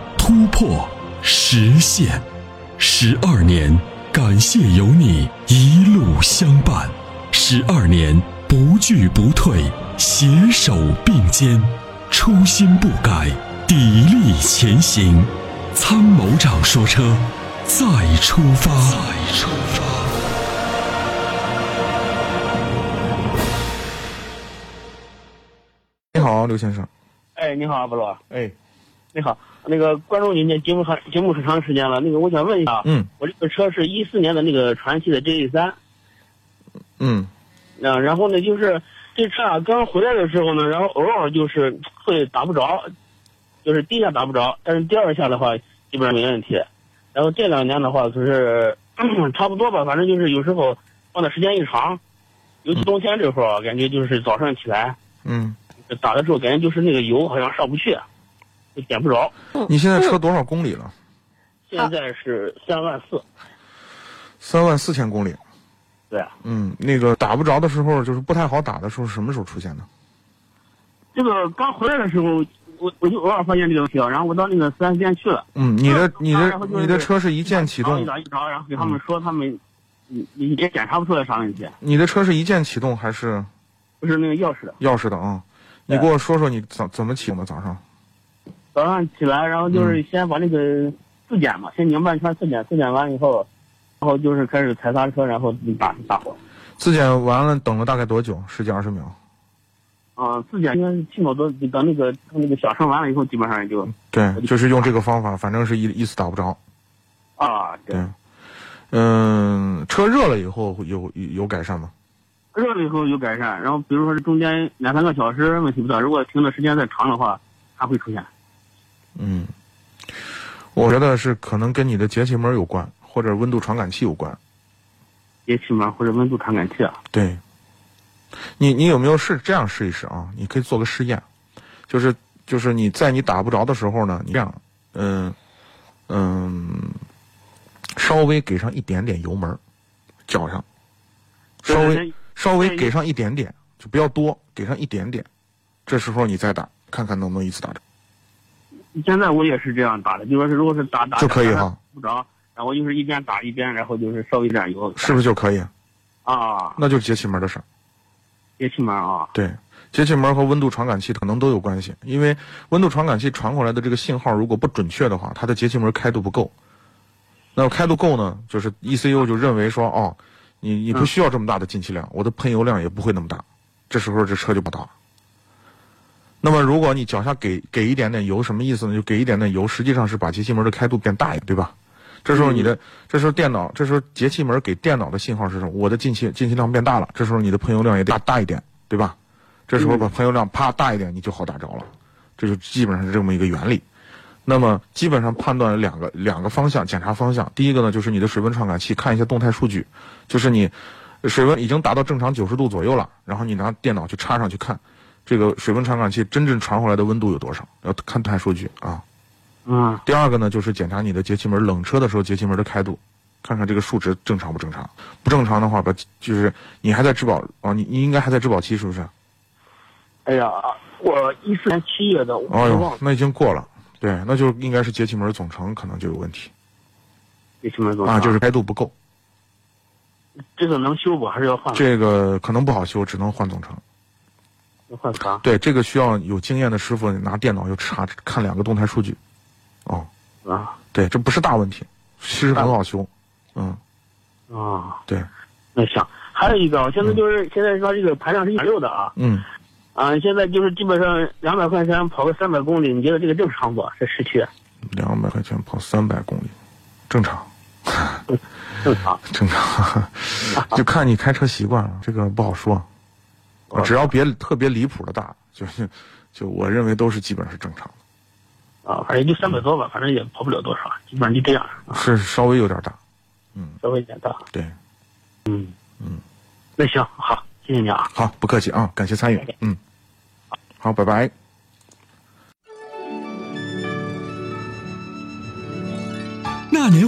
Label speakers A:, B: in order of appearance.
A: 突破、实现，十二年，感谢有你一路相伴，十二年不惧不退，携手并肩，初心不改，砥砺前行。”参谋长说：“车，再出发。”再出发。
B: 你好，刘先生。
C: 哎，你好，阿波罗，
B: 哎，
C: 你好，那个关注您的节目长节目很长时间了，那个我想问一下，
B: 嗯
C: 我这个车是一四年的那个传祺的 GE 三，
B: 嗯
C: 嗯、然后呢就是这车啊刚回来的时候呢，然后偶尔就是会打不着，就是第一下打不着，但是第二下的话基本上没问题，然后这两年的话就是 差不多吧，反正就是有时候放的时间一长，尤其冬天这会儿啊，感觉就是早上起来
B: 嗯，
C: 打的时候，感觉就是那个油好像上不去，啊就点不着。
B: 你现在车多少公里了？
C: 现在是三万四，
B: 三万四千公里。
C: 对啊，
B: 嗯，那个打不着的时候，就是不太好打的时候，什么时候出现的？
C: 这个刚回来的时候，我我就偶尔发现这个问题啊，然后我到那个四 S 店去了，
B: 嗯，你的你
C: 啊
B: 的
C: 然后就是
B: 你的车是一键启
C: 然后一
B: 动，
C: 找一找，然后给他们说，他们嗯也检查不出来啥问题，
B: 你的车是一键启动还是
C: 不是那个钥匙的。
B: 钥匙的啊？你
C: 对
B: 给我说说你怎怎么启动的？早上？
C: 早上起来，然后就是先把那个自检嘛，先拧半圈自检，自检完以后，然后就是开始踩刹车，然后打打火。
B: 自检完了，等了大概多久？十几二十秒？
C: 嗯、自检应该是七秒多，等那个那个响声完了以后，基本上也就
B: 对，就是用这个方法，反正是一一次打不着。
C: 啊，对，
B: 对嗯，车热了以后会有有有改善吗？
C: 热了以后有改善，然后比如说是中间两三个小时问题不大，如果停的时间再长的话，它会出现。
B: 嗯，我觉得是可能跟你的节气门有关，或者温度传感器有关。
C: 节气门或者温度传感器啊。
B: 对，你你有没有试这样试一试啊？你可以做个试验，就是就是你在你打不着的时候呢，你这样，嗯嗯，稍微给上一点点油门儿，脚上，稍微
C: 对
B: 稍微
C: 对
B: 给上一点点，就不要多，给上一点点，这时候你再打，看看能不能一次打着
C: 现在我也是这样打的，就说是如果是打打
B: 就可以哈，
C: 打不着，然后就是一边打一边，然后就是稍微一点油
B: 是不是就可以？
C: 啊，
B: 那就是节气门的事儿。
C: 节气门啊，
B: 对，节气门和温度传感器可能都有关系，因为温度传感器传过来的这个信号如果不准确的话，它的节气门开度不够。那开度够呢，就是 ECU 就认为说，哦，你你不需要这么大的进气量，我的喷油量也不会那么大，这时候这车就不打了。那么如果你脚下给给一点点油，什么意思呢？就给一点点油，实际上是把节气门的开度变大一点，对吧？这时候你的，这时候电脑，这时候节气门给电脑的信号是什么？我的进气进气量变大了，这时候你的喷油量也得大大一点，对吧？这时候把喷油量啪大一点，你就好打着了。这就基本上是这么一个原理。那么基本上判断两个两个方向检查方向，第一个呢就是你的水温传感器看一些动态数据，就是你水温已经达到正常九十度左右了，然后你拿电脑去插上去看这个水温传感器真正传回来的温度有多少，要看动态数据啊。
C: 嗯，
B: 第二个呢就是检查你的节气门，冷车的时候节气门的开度，看看这个数值正常不正常，不正常的话把就是你还在质保啊，你你应该还在质保期是不是？
C: 哎呀，我一四年七月的，我
B: 哎
C: 忘
B: 呦
C: 了，
B: 那已经过了，对，那就应该是节气门总成可能就有问题
C: 节气门怎么
B: 啊，就是开度不够，
C: 这个能修补还是要换
B: 这个可能不好修，只能换总成。
C: 换啥？
B: 对，这个需要有经验的师傅拿电脑就查看两个动态数据，哦，
C: 啊
B: 对，这不是大问题，其实很好修，嗯，
C: 啊，
B: 对，
C: 那行。还有一个，我现在就是、现在说这个排量是一点六的啊，
B: 嗯，
C: 啊，现在就是基本上两百块钱跑个三百公里，你觉得这个正常不？这市区
B: 两百块钱跑三百公里，正常，
C: 正常？
B: 正常， 就看你开车习惯了，这个不好说，
C: 哦
B: 啊只要别特别离谱的大，就是就我认为都是基本上是正常的。
C: 啊，反正也就三百多吧，反正也跑不了多少，基本上就这样啊，
B: 是稍微有点大，
C: 稍微点大。
B: 对，
C: 嗯嗯，那行好，谢谢你啊。
B: 好，不客气啊，感谢参与，嗯，好，拜拜。
A: 那年